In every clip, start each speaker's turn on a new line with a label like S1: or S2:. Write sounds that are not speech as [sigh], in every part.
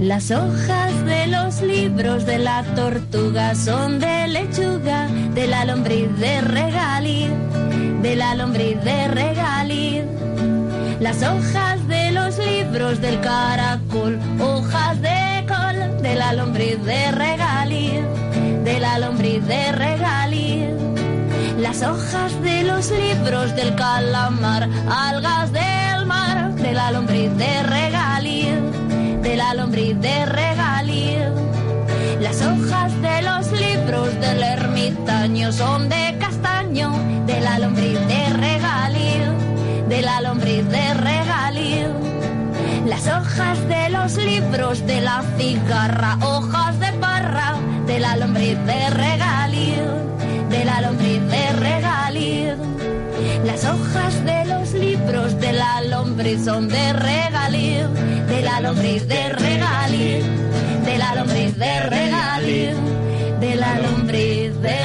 S1: Las hojas de los libros de la tortuga son de lechuga, de la lombriz de regaliz, de la lombriz de regaliz. Las hojas de los libros del caracol, hojas de col, de la lombriz de regaliz, de la lombriz de regaliz. Las hojas de los libros del calamar, algas del mar, de la lombriz de regaliz de la lombriz de regalío. Las hojas de los libros del ermitaño son de castaño, de la lombriz de regalío, de la lombriz de regalío. Las hojas de los libros de la cigarra, hojas de parra, de la lombriz de regalío, de la lombriz de regalío. Las hojas de los libros de la lombriz son de regalío, de la lombriz de regalío, de la lombriz de regalío, de la lombriz de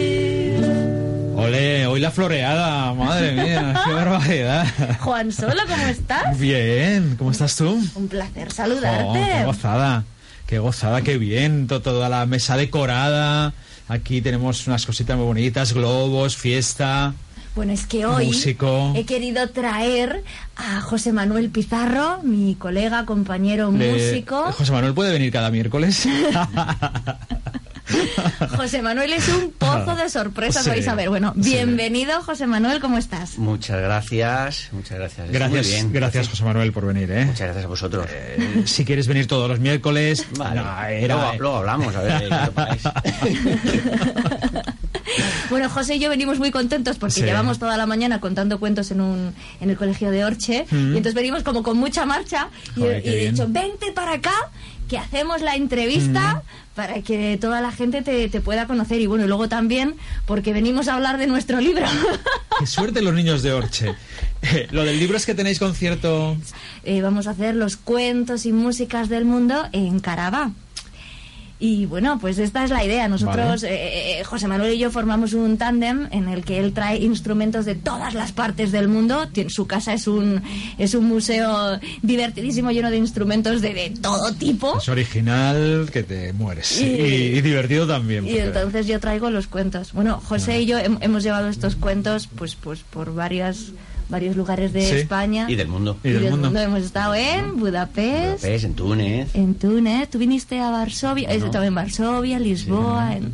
S1: regalío.
S2: Ole, hoy la floreada, madre mía, [laughs] qué barbaridad.
S1: Juan Solo, ¿cómo estás?
S2: Bien, ¿cómo estás tú?
S1: Un placer saludarte. Oh, qué
S2: gozada, qué gozada, qué bien, toda la mesa decorada. Aquí tenemos unas cositas muy bonitas, globos, fiesta.
S1: Bueno, es que hoy
S2: Músico.
S1: he querido traer a José Manuel Pizarro, mi colega, compañero
S2: Le-
S1: músico.
S2: José Manuel puede venir cada miércoles.
S1: José Manuel es un pozo de sorpresas,
S2: Sí.
S1: vais a ver. Bueno,
S2: Sí.
S1: bienvenido, José Manuel, ¿cómo estás?
S3: Muchas gracias, muchas gracias.
S2: gracias,
S3: Muy bien.
S2: gracias José Manuel por venir, ¿eh?
S3: Muchas gracias a vosotros.
S2: Eh, si quieres venir todos los miércoles,
S3: Vale.
S2: no, era- eh.
S3: luego, luego hablamos,
S2: [laughs]
S3: a ver, eh, que sepáis.
S1: [laughs] Bueno, José y yo venimos muy contentos porque
S2: Sí.
S1: llevamos toda la mañana contando cuentos en, un, en el colegio de Orche y entonces venimos como con mucha marcha y,
S2: Mm. Joder,
S1: y
S2: qué
S1: he
S2: bien.
S1: dicho, vente para acá que hacemos la entrevista
S2: Mm.
S1: para que toda la gente te, te pueda conocer y bueno, y luego también porque venimos a hablar de nuestro libro. [laughs]
S2: Qué suerte los niños de Orche. Eh, Lo del libro es que tenéis concierto.
S1: Eh, vamos a hacer los cuentos y músicas del mundo en Caraba. Y bueno, pues esta es la idea. Nosotros, eh, eh, José Manuel y yo formamos un tándem en el que él trae instrumentos de todas las partes del mundo. Tien- su casa es un, es un museo divertidísimo lleno de instrumentos de, de todo tipo.
S2: Es original que te mueres.
S1: Y-
S2: Y, y divertido también.
S1: Y
S2: porque-
S1: entonces yo traigo los cuentos. Bueno, José y yo hem- hemos llevado estos cuentos pues, pues por varias, varios lugares de
S2: Sí.
S1: España.
S3: Y del mundo.
S2: Y del mundo.
S1: Hemos estado en Budapest,
S3: Budapest, en Túnez.
S1: en Túnez, tú viniste a Varsovia, he estado en Varsovia, Lisboa, en-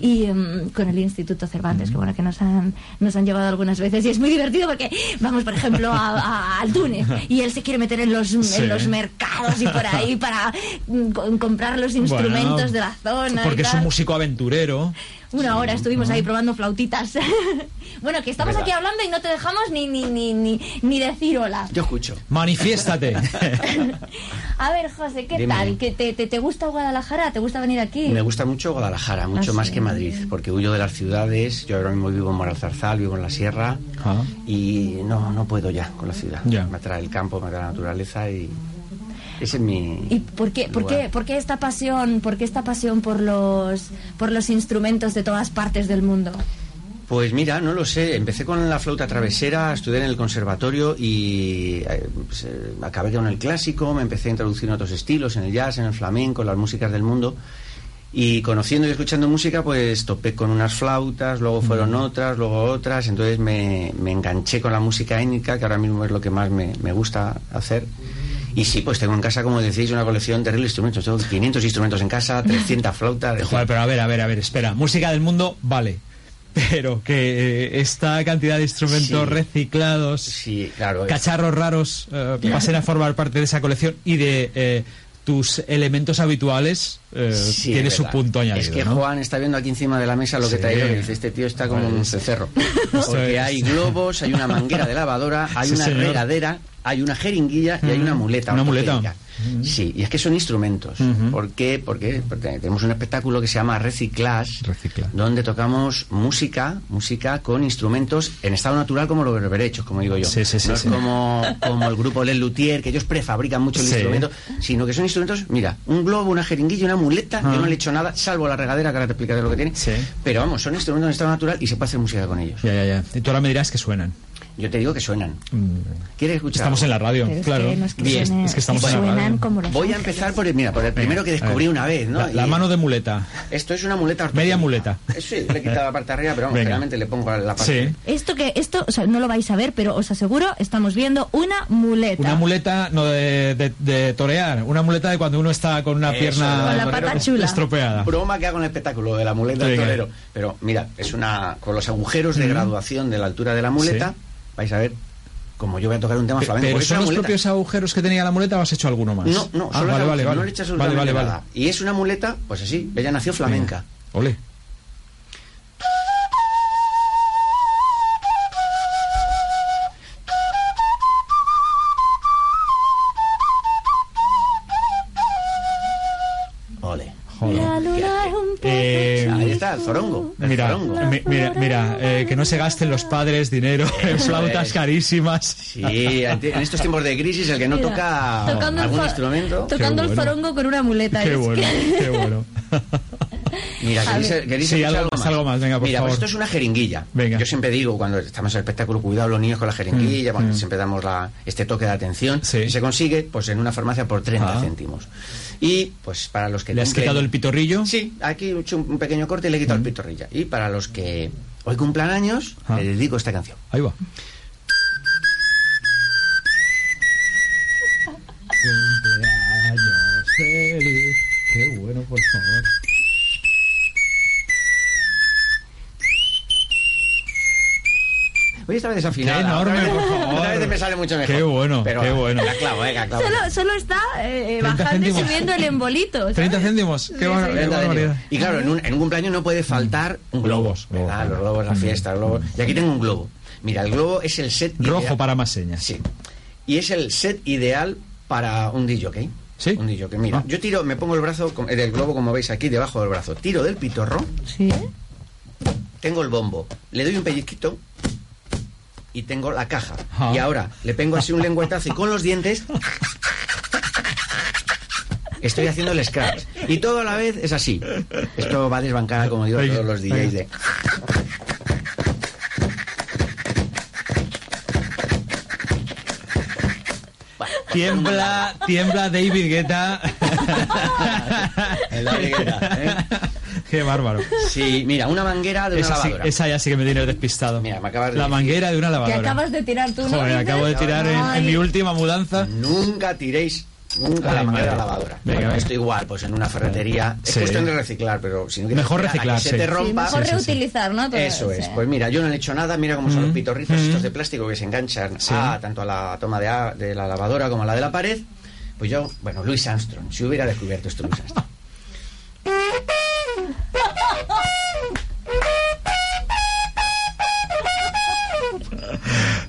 S1: y em, con el Instituto Cervantes, que bueno, que nos han, nos han llevado algunas veces y es muy divertido porque vamos, por ejemplo, a, a- al Túnez y él se quiere meter en los,
S2: Sí.
S1: en los mercados y por ahí para mm, co- comprar los
S2: Bueno,
S1: instrumentos de la zona. y
S2: Porque es un
S1: tal.
S2: músico aventurero.
S1: Una hora estuvimos ahí probando flautitas. [laughs] bueno, que estamos
S3: Verdad.
S1: aquí hablando y no te dejamos ni, ni, ni, ni, ni decir hola.
S3: Yo escucho. [laughs]
S2: Manifiéstate.
S1: [laughs]
S2: [laughs]
S1: A ver, José, ¿qué
S3: Dime.
S1: tal? ¿Que te, te, te gusta Guadalajara? ¿Te gusta venir aquí?
S3: Me gusta mucho Guadalajara, mucho
S1: Ah,
S3: más
S1: sí.
S3: que Madrid, porque huyo de las ciudades. Yo ahora mismo vivo en Moralzarzal, vivo en la sierra.
S2: Ah.
S3: Y no, no puedo ya con la ciudad.
S2: Ya.
S3: Me atrae el campo, me atrae la naturaleza y. Ese es mi.
S1: ¿Y por qué, por,
S3: lugar.
S1: qué, por qué esta pasión, por qué esta pasión por los, por los instrumentos de todas partes del mundo?
S3: Pues mira, no lo sé. Empecé con la flauta travesera, estudié en el conservatorio y eh, pues, eh, acabé con el clásico, me empecé a introducir en otros estilos, en el jazz, en el flamenco, en las músicas del mundo. Y conociendo y escuchando música, pues topé con unas flautas, luego
S2: Mm.
S3: fueron otras, luego otras. Entonces me, me enganché con la música étnica, que ahora mismo es lo que más me, me gusta hacer. Y sí, pues tengo en casa, como decís, una colección terrible de instrumentos. Tengo 500 instrumentos en casa, 300 flautas.
S2: [laughs] Joder, pero a ver, a ver, a ver, espera. Música del mundo, vale. Pero que eh, esta cantidad de instrumentos
S3: Sí.
S2: reciclados,
S3: Sí, claro. es-
S2: cacharros raros, eh, pasen a formar parte de esa colección y de eh, tus elementos habituales, eh,
S3: Sí,
S2: tiene
S3: es
S2: su
S3: verdad.
S2: punto añadido.
S3: Es que
S2: ¿no?
S3: Juan está viendo aquí encima de la mesa lo que
S2: Sí.
S3: traía y dice, este tío está como
S2: Vale.
S3: un cecerro.
S2: [laughs] Eso
S3: Porque
S2: es.
S3: hay globos, hay una manguera
S2: [laughs]
S3: de lavadora, hay
S2: Sí,
S3: una
S2: señor.
S3: regadera, hay una jeringuilla y hay una
S2: Mm,
S3: muleta.
S2: una muleta. Mm. Mm-hmm.
S3: ortopédica. Sí, y es que son instrumentos.
S2: Ujú.
S3: ¿Por qué? Porque, porque tenemos un espectáculo que se llama Reciclash,
S2: Reciclash.
S3: donde tocamos música, música con instrumentos en estado natural como los berberechos, como digo yo.
S2: Sí, sí, sí,
S3: no
S2: sí.
S3: es como, como el grupo Les Luthier, que ellos prefabrican mucho el
S2: Sí.
S3: instrumento, sino que son instrumentos, mira, un globo, una jeringuilla, una muleta,
S2: Ah.
S3: yo no le he hecho nada, salvo la regadera, que ahora te explicaré lo que tiene.
S2: Sí.
S3: Pero vamos, son instrumentos en estado natural y se puede hacer música con ellos.
S2: Ya, ya, ya. Y tú ahora me dirás que suenan.
S3: Yo te digo que suenan.
S2: Mm,
S3: ¿Quieres escuchar?
S2: Estamos en la radio,
S1: Pero es
S2: claro.
S1: que no es que
S3: Bien,
S1: suene-
S2: es que estamos en la
S1: suenan
S2: radio.
S1: como los
S3: Voy a
S1: ángeles.
S3: empezar por el, mira, por el primero que
S2: A ver.
S3: descubrí una vez, ¿no?
S2: La, la
S3: Y-
S2: mano de muleta.
S3: Esto es una muleta ortopédica.
S2: Media muleta.
S3: Eh, Sí, le he quitado la parte de arriba, pero vamos,
S2: Venga.
S3: generalmente le pongo la parte.
S2: Sí.
S1: Esto que, esto, o sea, no lo vais a ver, pero os aseguro, estamos viendo una muleta.
S2: Una muleta, no de, de- de torear, una muleta de cuando uno está con una
S3: Eso,
S2: pierna
S3: con
S1: la
S2: bueno,
S1: pata chula.
S2: estropeada.
S3: Broma que hago en el espectáculo de la muleta del
S2: Ah. Venga.
S3: torero. Pero mira, es una. Con los agujeros de
S2: Ujú.
S3: graduación de la altura de la muleta,
S2: Sí.
S3: vais a ver como yo voy a tocar un tema
S2: Pe-
S3: flamenco.
S2: ¿Pero
S3: porque es
S2: son
S3: una
S2: los
S3: muleta.
S2: propios agujeros que tenía la muleta o has hecho alguno más?
S3: No, no,
S2: Ah, vale,
S3: solo el
S2: vale,
S3: agujero,
S2: vale.
S3: no le echas
S2: vale, vale, vale.
S3: nada. Y es una muleta, pues así, ella nació flamenca.
S2: Ole.
S3: Ole.
S2: Joder.
S1: La luna es un
S2: Eh,
S1: pozo
S3: Ahí está, el zorongo. el
S2: Mira,
S3: zorongo.
S2: mi- mira, mira, eh, que no se gasten los padres dinero en
S3: Eso
S2: flautas
S3: es.
S2: carísimas.
S3: Sí, ante- en estos tiempos de crisis, el que no
S1: Mira,
S3: toca
S1: tocando el
S3: algún
S1: fa-
S3: instrumento.
S1: Tocando
S2: ah, Qué
S1: el
S2: bueno.
S1: forongo con una muleta.
S2: Qué
S1: es
S2: bueno,
S1: que-
S2: qué bueno.
S3: Mira,
S1: A
S3: queréis,
S1: ver.
S3: queréis
S2: Sí,
S3: escuchar
S2: algo más, algo más, venga, por
S3: Mira,
S2: favor.
S3: pues esto es una jeringuilla.
S2: Venga. Mm.
S3: Yo siempre digo, cuando estamos en el espectáculo, cuidado los niños con la jeringuilla, bueno, siempre damos la- este toque de atención.
S2: Sí.
S3: Y se consigue, pues en una farmacia por 30
S2: Ah.
S3: céntimos. Y, pues para los que...
S2: ¿Le has
S3: cumplen-
S2: quitado el pitorrillo?
S3: Sí, aquí he hecho un un pequeño corte y le he quitado el pitorrilla. Y para los que hoy cumplan años,
S2: Ah.
S3: le dedico esta canción.
S2: Ahí va. Cumpleaños feliz. Qué bueno, por favor.
S3: Hoy estaba desafinada.
S2: Qué enorme,
S3: otra vez-
S2: por favor.
S3: otra vez me sale mucho mejor.
S2: Qué bueno,
S3: Pero,
S2: qué
S3: ah,
S2: bueno.
S3: La clavo, eh, la clavo.
S1: [laughs] Solo, solo está eh,
S2: 30
S1: bajando y
S2: céntimos.
S1: subiendo el embolito. ¿sabes?
S2: 30 céntimos.
S1: Sí,
S2: Qué, bar-
S1: sí.
S2: qué
S3: Verdadero.
S2: barbaridad.
S3: Y claro, en un, en un cumpleaños no puede faltar un globo.
S2: Globos, globos,
S3: ¿verdad?
S2: claro.
S3: Los globos, la fiesta, los globos. Y aquí tengo un globo. Mira, el globo es el set
S2: Rojo
S3: ideal-
S2: para más señas.
S3: Sí. Y es el set ideal para un DJ,
S2: Sí.
S3: Un DJ. Mira,
S2: Ah.
S3: yo tiro, me pongo el brazo con- del globo, como veis aquí, debajo del brazo. Tiro del pitorro,
S1: Sí. ¿eh?
S3: tengo el bombo, le doy un pellizquito y tengo la caja.
S2: Ah.
S3: Y ahora le pego así un lengüetazo y con los dientes. Estoy haciendo el scratch. Y todo a la vez es así. Esto va a desbancar, como digo, a
S2: Venga,
S3: todos los DJs de.
S2: Tiembla, tiembla David Guetta.
S3: El [laughs] David Guetta,
S2: [laughs] Qué bárbaro.
S3: Sí, mira, una manguera de una
S2: Esa, sí-
S3: lavadora.
S2: esa ya sí que me tiene despistado.
S3: Mira, me acabas de
S2: La
S3: decir.
S2: manguera de una
S1: Que
S2: lavadora.
S1: acabas de tirar tú. ¿no,
S2: Joder,
S1: Vicente?
S2: acabo de tirar en, en
S1: Ay.
S2: mi última mudanza.
S3: Nunca tiréis nunca
S2: Ay,
S3: la manguera a
S2: madre.
S3: la lavadora.
S2: Venga, venga.
S3: Esto igual, pues en una ferretería. Es
S2: Sí.
S3: cuestión de reciclar, pero si no quieres
S2: Mejor
S3: esperar a
S2: reciclar,
S3: que
S2: sí.
S3: se te
S2: Sí,
S1: Sí,
S3: rompa. pues
S1: mejor
S2: Sí, sí, sí.
S1: reutilizar, ¿no? Todo,
S3: Eso
S1: o sea.
S3: es. Pues mira, yo no le he hecho nada. Mira cómo son los pitorrizos estos de plástico que se enganchan
S2: Mm-hmm. Sí.
S3: a, tanto a la toma de, a- de la lavadora como a la de la pared. Pues yo, bueno, Luis Armstrong, si hubiera descubierto esto Luis Armstrong.
S2: [laughs]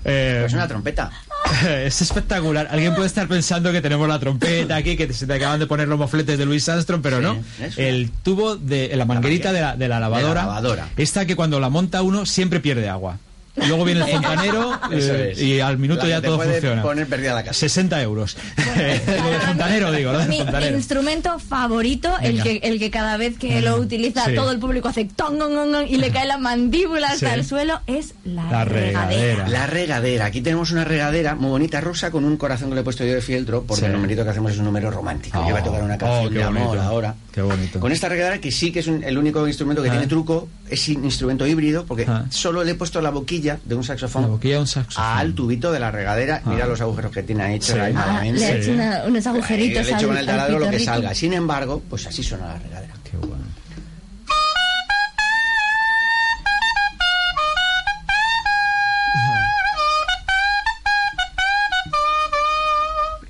S2: Eh, eh,
S3: Pero Pues es una trompeta.
S2: [laughs] es espectacular. Alguien puede estar pensando que tenemos la trompeta aquí, que se te acaban de poner los mofletes de Luis Armstrong, pero
S3: Sí,
S2: no.
S3: eso.
S2: El tubo de la manguerita de la, de la lavadora.
S3: lavadora.
S2: Esta que cuando la monta uno siempre pierde agua. Luego viene el fontanero
S3: [laughs] Eso
S2: eh,
S3: es.
S2: y al minuto
S3: La que
S2: ya
S3: te
S2: todo
S3: puede
S2: funciona.
S3: poner perdida la casa.
S2: 60 euros. [laughs] lo del fontanero, digo, lo del
S1: Mi
S2: fontanero.
S1: instrumento favorito, el
S2: Venga.
S1: que, el que cada vez que lo utiliza
S2: Sí.
S1: todo el público hace ton, ton, ton, ton, y le cae la mandíbula hasta
S2: Sí.
S1: el suelo, es la,
S2: La regadera.
S1: regadera.
S3: La regadera. Aquí tenemos una regadera muy bonita rosa con un corazón que le he puesto yo de fieltro porque
S2: Sí.
S3: el numerito que hacemos es un número romántico.
S2: Oh.
S3: yo voy a tocar una canción
S2: Oh, qué
S3: de amor
S2: bonito.
S3: ahora.
S2: Qué bonito.
S3: Con esta regadera que sí que es un- el único instrumento que
S2: Ah.
S3: tiene truco, es un instrumento híbrido porque
S2: Ah.
S3: solo le he puesto la boquilla de un saxofón.
S2: La boquilla de un saxofón.
S3: Al tubito de la regadera. Mira
S2: Ah.
S3: los agujeros que tiene hecho.
S2: Sí.
S3: ahí,
S2: Ah,
S1: Ah,
S3: malamente.
S1: le ha
S2: Sí.
S1: hecho una- unos
S3: Eh,
S1: agujeritos
S3: le he hecho
S1: al-
S3: con el
S1: al
S3: taladro lo que
S1: pitorrito.
S3: salga. Sin embargo, pues así suena la regadera.
S2: Qué bueno.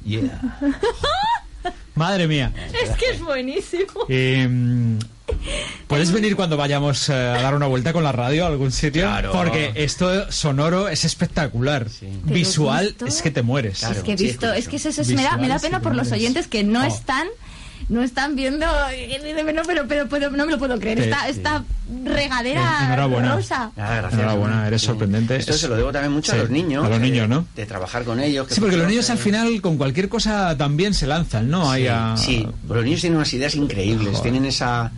S3: Yeah.
S2: Madre mía.
S3: Eh.
S1: Es que es buenísimo.
S2: Eh, ¿Puedes venir cuando vayamos eh, a dar una vuelta con la radio a algún sitio?
S3: Claro.
S2: Porque esto sonoro es espectacular.
S1: Pero
S2: Visual
S1: visto-
S2: es que te mueres.
S3: Claro.
S1: es que he
S3: sí,
S1: visto,
S3: escucho.
S1: es que eso, eso es- me, da, me da
S2: Visuales
S1: pena por los
S2: increíbles.
S1: oyentes que no
S2: Oh.
S1: están no están viendo no, pero, pero, pero no me lo puedo creer
S2: Sí,
S1: esta,
S2: sí.
S1: esta
S2: Eh,
S1: regadera
S2: enhorabuena.
S1: rosa
S3: Ah, gracias.
S2: Enhorabuena, eres
S3: Sí.
S2: sorprendente.
S3: Esto
S2: Es-
S3: se lo debo también mucho
S2: Sí,
S3: a los niños.
S2: a los
S3: eh,
S2: niños, ¿no?
S3: De trabajar con ellos. que
S2: Sí, porque los niños al
S3: conocen.
S2: final con cualquier cosa también se lanzan, ¿no? Hay a-
S3: Sí, sí, los niños tienen unas ideas increíbles,
S2: Joder.
S3: tienen esa...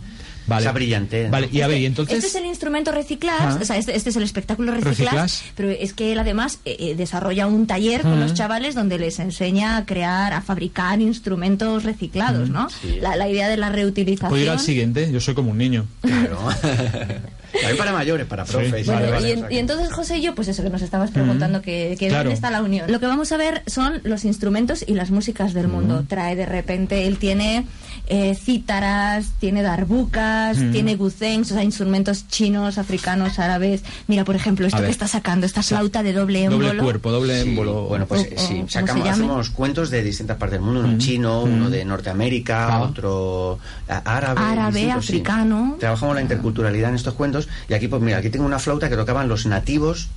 S2: Vale.
S3: esa brillantez. ¿no?
S2: Vale, y a ver, y entonces...
S1: Este es el instrumento reciclas,
S2: Ajá.
S1: o sea, este, este es el espectáculo reciclas,
S2: Reciclas.
S1: pero es que él además eh, eh, desarrolla un taller con
S2: Ujú.
S1: los chavales donde les enseña a crear, a fabricar instrumentos reciclados, ¿no?
S3: Sí.
S1: La, la idea de la reutilización.
S2: Puedo ir al siguiente, yo soy como un niño.
S3: Claro. [laughs] También para mayores, para
S2: Sí.
S3: profes.
S2: Vale,
S1: Bueno,
S2: vale,
S1: y,
S3: o
S1: en-
S3: sea
S1: y
S3: que-
S1: entonces José y yo, pues eso que nos estabas preguntando, que, que
S2: Claro.
S1: dónde está la unión. Lo que vamos a ver son los instrumentos y las músicas del mundo. Trae de repente, él tiene eh, cítaras, tiene darbucas,
S2: Mm.
S1: tiene guzengs, o sea, instrumentos chinos, africanos, árabes. Mira, por ejemplo,
S2: A
S1: esto
S2: ver.
S1: que está sacando, esta
S2: Sa-
S1: flauta de doble émbolo.
S2: Doble cuerpo, doble
S3: Sí,
S2: émbolo.
S3: Bueno, pues
S1: o-
S3: eh,
S1: o
S3: sí,
S1: ¿cómo se
S3: sacamos,
S1: llame?
S3: hacemos cuentos de distintas partes del mundo, uno
S2: Mm.
S3: chino, uno
S2: Mm.
S3: de Norteamérica,
S2: Ah.
S3: otro a- árabe.
S1: Árabe,
S3: distintos, sí.
S1: africano.
S3: Trabajamos la interculturalidad en estos cuentos y aquí, pues mira, aquí tengo una flauta que tocaban los nativos,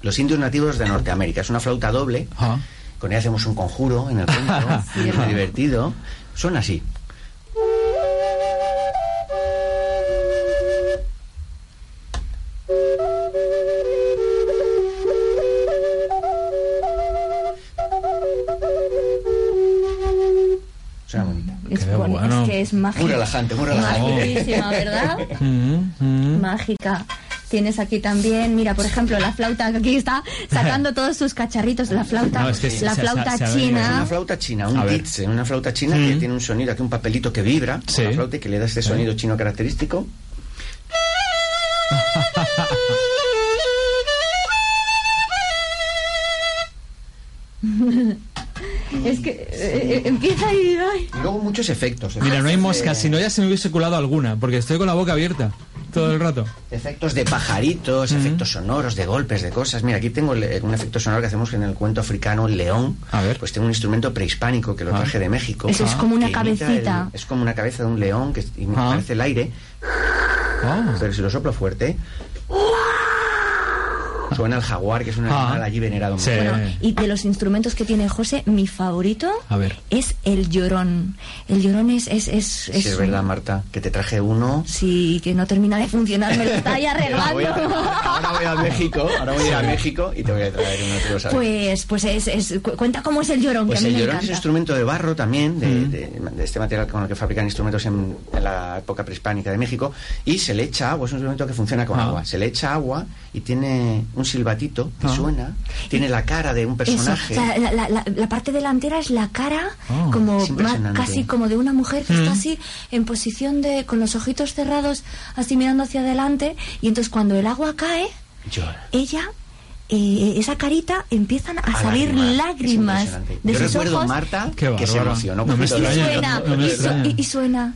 S3: los indios nativos de Norteamérica. Es una flauta doble,
S2: Ajá.
S3: con ella hacemos un conjuro en el cuento,
S1: Sí,
S3: es muy
S1: ¿no?
S3: divertido. Suena así. Suena bonita.
S1: Es,
S2: Qué
S1: bueno,
S2: bueno.
S1: es que es mágica.
S3: Muy relajante, muy relajante.
S1: Magiquísima,
S2: [laughs]
S1: ¿verdad?
S2: Mm, mm.
S1: mágica. Tienes aquí también, mira, por ejemplo, la flauta que aquí está
S2: [laughs]
S1: sacando todos sus cacharritos, la flauta,
S2: No, es que se-
S1: la
S2: se-
S1: flauta
S2: se- se-
S3: Es
S1: china.
S3: una flauta china,
S2: A
S3: un
S2: ver.
S3: ditze, una flauta china que
S2: Mm.
S3: tiene un sonido, aquí un papelito que vibra,
S2: Sí.
S3: la flauta y que le da este sonido chino característico.
S1: Es que eh, eh, empieza y ay,
S3: Y luego muchos efectos.
S2: Mira, no hay
S3: efectos
S2: moscas,
S3: de-
S2: si no ya se me hubiese colado alguna, porque estoy con la boca abierta todo el rato.
S3: Efectos de pajaritos, efectos sonoros, de golpes, de cosas. Mira, aquí tengo le- un efecto sonoro que hacemos en el cuento africano El León.
S2: A ver.
S3: Pues tengo un instrumento prehispánico que lo
S2: Ah.
S3: traje de México.
S1: Eso es como una
S3: que imita
S1: cabecita.
S3: el- es como una cabeza de un león que y me
S2: Ah.
S3: parece el aire,
S2: Ah,
S3: pero si lo soplo fuerte. Suena el jaguar, que es un
S2: Ah.
S3: animal allí venerado.
S2: Sí.
S1: bueno,
S2: Eh.
S1: y de los instrumentos que tiene José, mi favorito
S2: A ver.
S1: es el llorón. El llorón es es es,
S3: Sí, es
S1: un-
S3: verdad, Marta, que te traje uno.
S1: Sí, que no termina de funcionar, me lo
S3: [laughs]
S1: está ahí
S3: Voy a-
S1: arreglando.
S3: ahora voy a México, ahora voy a ir a México y te voy a traer uno, tú lo sabes.
S1: [laughs] Pues pues es, es- cu- cuenta cómo es el llorón,
S3: Pues
S1: que a mí
S3: el
S1: me
S3: llorón es
S1: encanta.
S3: instrumento de barro también, de,
S2: Mm.
S3: de- de este material con el que fabrican instrumentos en, en la época prehispánica de México, y se le echa agua, es un instrumento que funciona con
S2: Ah.
S3: agua. Se le echa agua y tiene un silbatito que
S2: Ah.
S3: suena, tiene la cara de un
S1: Eso,
S3: personaje.
S1: o sea, la, la- la- la parte delantera es la cara
S2: Oh,
S1: como
S3: es impresionante.
S1: ma- casi como de una mujer que
S2: Mm.
S1: está así en posición de con los ojitos cerrados así mirando hacia adelante y entonces cuando el agua cae
S3: Llora.
S1: ella eh, esa carita empiezan a,
S3: A
S1: salir
S3: lágrimas.
S1: lágrimas
S3: Es impresionante.
S1: de
S3: Yo
S1: sus
S3: recuerdo
S1: ojos
S3: Marta
S2: Qué
S3: que se
S2: bárbaro.
S3: emocionó.
S2: No me
S1: y
S3: cuando-
S2: extraña,
S1: suena
S2: no me
S1: y, su-
S2: extraña.
S1: y- y suena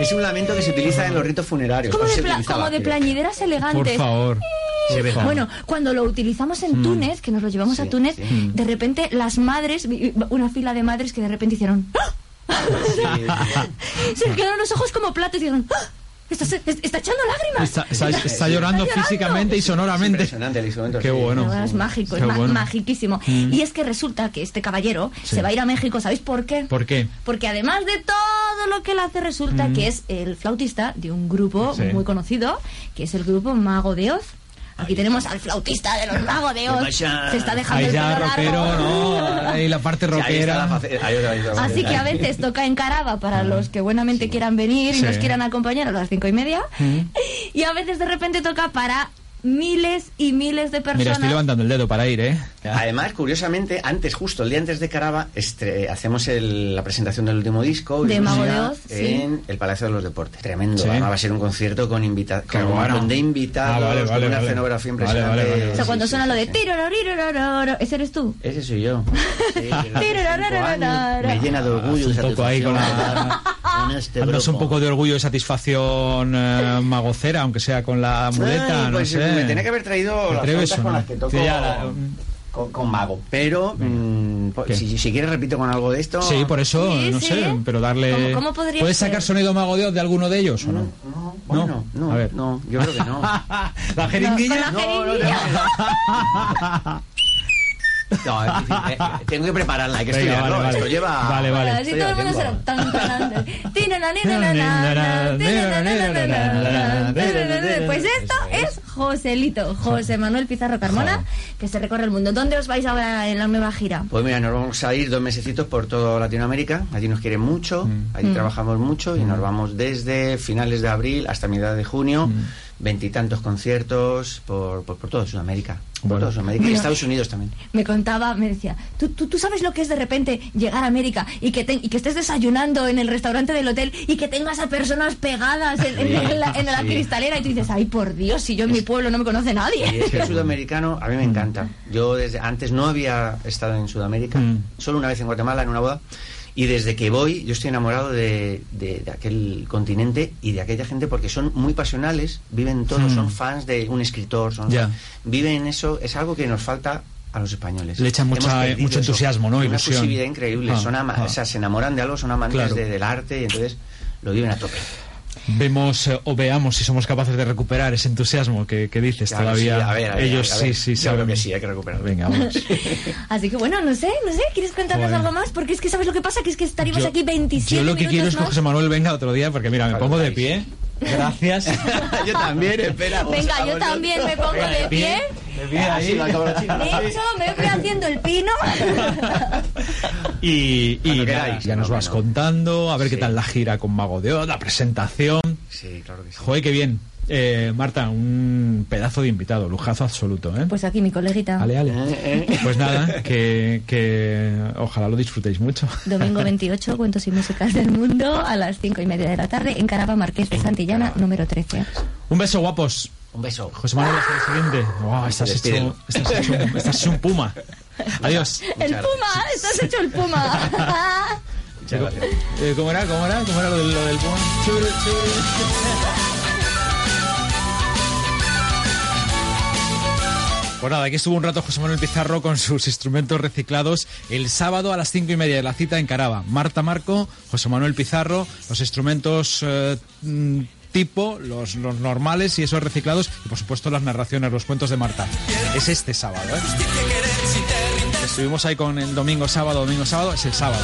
S3: Es un lamento que se utiliza en los ritos funerarios.
S1: como
S3: o
S1: de,
S3: se
S1: pla-
S3: utilizaba,
S1: como de
S3: creo.
S1: plañideras
S2: por
S1: elegantes
S2: favor.
S3: Se ve.
S1: Bueno, cuando lo utilizamos en Túnez, que nos lo llevamos
S3: Mm. Sí,
S1: a Túnez,
S3: sí.
S1: de repente las madres, vi- vi- una fila de madres que de repente hicieron, ¡Ah!
S3: Sí, sí.
S1: [laughs] se le quedaron los ojos como platos y dijeron, ¡Ah! está, se- está echando lágrimas.
S2: Está, está- está llorando
S1: Está llorando.
S2: físicamente
S1: [laughs]
S2: y sonoramente.
S3: Impresionante el instrumento.
S2: Qué
S3: sí.
S2: bueno.
S1: No, es mágico, es
S2: Qué
S1: ma-
S2: bueno. Mm.
S1: magiquísimo. Y es que resulta que este caballero
S2: Sí.
S1: se va a ir a México, ¿sabéis por qué?
S2: ¿Por qué?
S1: Porque además de todo lo que él hace, resulta que es el flautista de un grupo
S2: Sí.
S1: muy conocido, que es el grupo Mago de Oz. Aquí tenemos al flautista de los Magos de Oz.
S3: vaya.
S1: Se está dejando
S2: Ahí
S1: el
S2: ya,
S1: pelo largo.
S2: rockero,
S3: [laughs]
S2: no. Ahí la parte
S3: Sí, ahí está la
S2: rockera.
S3: face- ahí otra vez
S1: [laughs]
S3: la
S1: Así
S3: faceta.
S1: que a veces toca en Caraba para los que buenamente quieran venir y
S2: Ah, Sí. Mm.
S1: nos quieran acompañar a las cinco y media. Y a veces de repente toca para miles y miles de
S2: Mira,
S1: personas.
S2: estoy levantando el dedo para ir, ¿eh?
S3: Además, curiosamente, antes, justo el día antes de Caraba, estre- hacemos el- la presentación del último disco
S1: De
S3: Ilusia,
S1: Mago de Oz, sí.
S3: en el Palacio de los Deportes. Tremendo.
S2: Sí.
S3: Además, va a ser un concierto con, invita
S2: Qué
S3: con un
S2: bueno.
S3: montón de
S2: Ah,
S3: invitados,
S2: vale,
S3: con
S2: vale,
S3: una
S2: vale.
S3: escenografía
S2: Vale,
S3: impresionante.
S2: vale, vale, vale.
S1: o sea,
S2: Sí,
S1: cuando
S3: sí,
S1: suena
S3: sí,
S1: lo de
S3: sí.
S1: tirororirorirororo, ese eres tú.
S3: Ese
S1: [laughs]
S3: soy yo. Sí, de 25 años. Me llena de orgullo. y
S2: Un poco ahí con
S3: [laughs]
S2: la...
S3: satisfacción en este
S2: Dándose un
S3: grupo.
S2: poco de orgullo y satisfacción eh, magocera, aunque sea con la muleta,
S3: Ay, pues,
S2: no sé.
S3: Me tenía que haber traído
S2: ¿Te
S3: las
S2: atreves
S3: flautas
S2: o
S3: con
S2: no?
S3: las que toco
S2: Sí, ya la-
S3: con, con mago. Pero mm, po-
S2: ¿Qué?
S3: si, si quieres repito con algo de esto.
S2: Sí, por eso,
S1: Sí,
S2: no
S1: sí.
S2: sé, pero darle...
S1: ¿Cómo- cómo podría
S2: ¿Puedes
S1: ser?
S2: sacar sonido mago de Oz de alguno de ellos o no?
S3: No, no, Mm, bueno, no,
S2: A
S3: no,
S2: ver.
S3: yo creo que no.
S2: [laughs] ¿La jeringuilla?
S1: No, con la jeringuilla.
S3: No, es difícil, eh, eh, tengo que prepararla, hay que
S2: Venga,
S3: estudiarlo.
S2: vale, vale.
S3: Esto lleva.
S2: Vale, vale.
S1: Bueno, así
S3: Estoy
S1: todo el
S3: a
S1: mundo
S3: tiempo.
S1: será tan grande. Tinananina, tinananina, tinananina, tinananina. Pues esto es Joselito, José Manuel Pizarro Carmona, que se recorre el mundo. ¿Dónde os vais ahora en la nueva gira?
S3: Pues mira, nos vamos a ir dos mesecitos por toda Latinoamérica. Allí nos quieren mucho,
S2: Mm.
S3: allí trabajamos mucho y nos vamos desde finales de abril hasta mitad de junio.
S2: Mm.
S3: Veintitantos conciertos por, por, por toda Sudamérica. Por
S2: Bueno.
S3: toda Sudamérica. Y Estados Unidos también.
S1: Me contaba, me decía, ¿tú, tú, tú sabes lo que es de repente llegar a América y que, te- y que estés desayunando en el restaurante del hotel y que tengas a personas pegadas en, en- en la,
S2: [laughs]
S1: en la
S3: Sí.
S1: cristalera y tú dices, ay por Dios, si yo en mi pueblo no me conoce
S3: Y
S1: nadie.
S3: es que el sudamericano a mí me encanta. Yo desde antes no había estado en Sudamérica,
S2: Mm.
S3: solo una vez en Guatemala en una boda. Y desde que voy, yo estoy enamorado de, de- de aquel continente y de aquella gente porque son muy pasionales, viven todos,
S2: Mm.
S3: son fans de un escritor, son
S2: Ya.
S3: viven eso, es algo que nos falta a los españoles.
S2: Le echan mucha- eh,
S3: Hemos perdido
S2: mucho
S3: eso.
S2: entusiasmo, ¿no?
S3: Una
S2: Ilusión.
S3: exclusividad increíble,
S2: Ah,
S3: son ama-
S2: ah.
S3: o sea, se enamoran de algo, son amantes
S2: Claro.
S3: de- del arte y entonces lo viven a tope.
S2: Vemos eh, o veamos si somos capaces de recuperar ese entusiasmo que, que dices
S3: Claro,
S2: todavía.
S3: sí, a ver, a ver,
S2: Ellos
S3: a
S2: sí,
S3: ver.
S2: sí,
S3: Yo creo
S2: saben.
S3: que sí, hay que recuperarlo.
S2: Venga, vamos.
S1: Así que bueno, no sé, no sé, ¿quieres contarnos
S2: Joder.
S1: algo más? Porque es que sabes lo que pasa, que es que [laughs] estaríamos
S2: Yo-
S1: aquí 27
S2: Yo lo que
S1: minutos
S2: quiero es que
S1: más.
S2: José Manuel venga otro día, porque mira, me
S3: Claro,
S2: pongo de
S3: vais.
S2: pie. Gracias.
S3: [laughs] yo también, espera. por
S1: Venga, yo
S3: favor,
S1: también me pongo de pie.
S2: De pie ahí.
S1: De hecho, me voy haciendo el
S2: [laughs]
S1: pino.
S2: Y, y
S3: Cuando
S2: nada,
S3: queráis.
S2: ya nos
S3: No,
S2: vas
S3: bueno.
S2: contando, a ver qué
S3: Sí.
S2: tal la gira con Mago de Oz, la presentación.
S3: Sí, claro que sí.
S2: Joder, qué bien. Eh, Marta, un pedazo de invitado, lujazo absoluto, ¿eh?
S1: Pues aquí mi coleguita.
S2: Ale, ale.
S3: Eh, eh.
S2: Pues nada, que, que ojalá lo disfrutéis mucho.
S1: Domingo 28, Cuentos y Músicas del Mundo, a las 5 y media de la tarde, en Caraba Marqués de Santillana, número 13.
S2: Un beso, guapos.
S3: Un beso.
S2: José Manuel, hasta el siguiente. Guau, estás, hecho,
S3: Despídelo.
S2: estás, hecho un, estás hecho un puma. Adiós.
S1: ¡El
S3: gracias.
S1: Puma! ¡Estás hecho el Puma!
S3: Muchas gracias.
S2: Eh, ¿Cómo era? ¿Cómo era? ¿Cómo era lo del, lo del puma? Churu, churu.
S3: [laughs]
S2: Pues nada, aquí estuvo un rato José Manuel Pizarro con sus instrumentos reciclados el sábado a las cinco y media de la cita en Caraba. Marta Marco, José Manuel Pizarro, los instrumentos eh, mm, tipo, los, los normales y esos reciclados, y por supuesto las narraciones, los cuentos de Marta. Es este sábado, ¿eh? Estuvimos ahí con el domingo, sábado, domingo, sábado, es el sábado.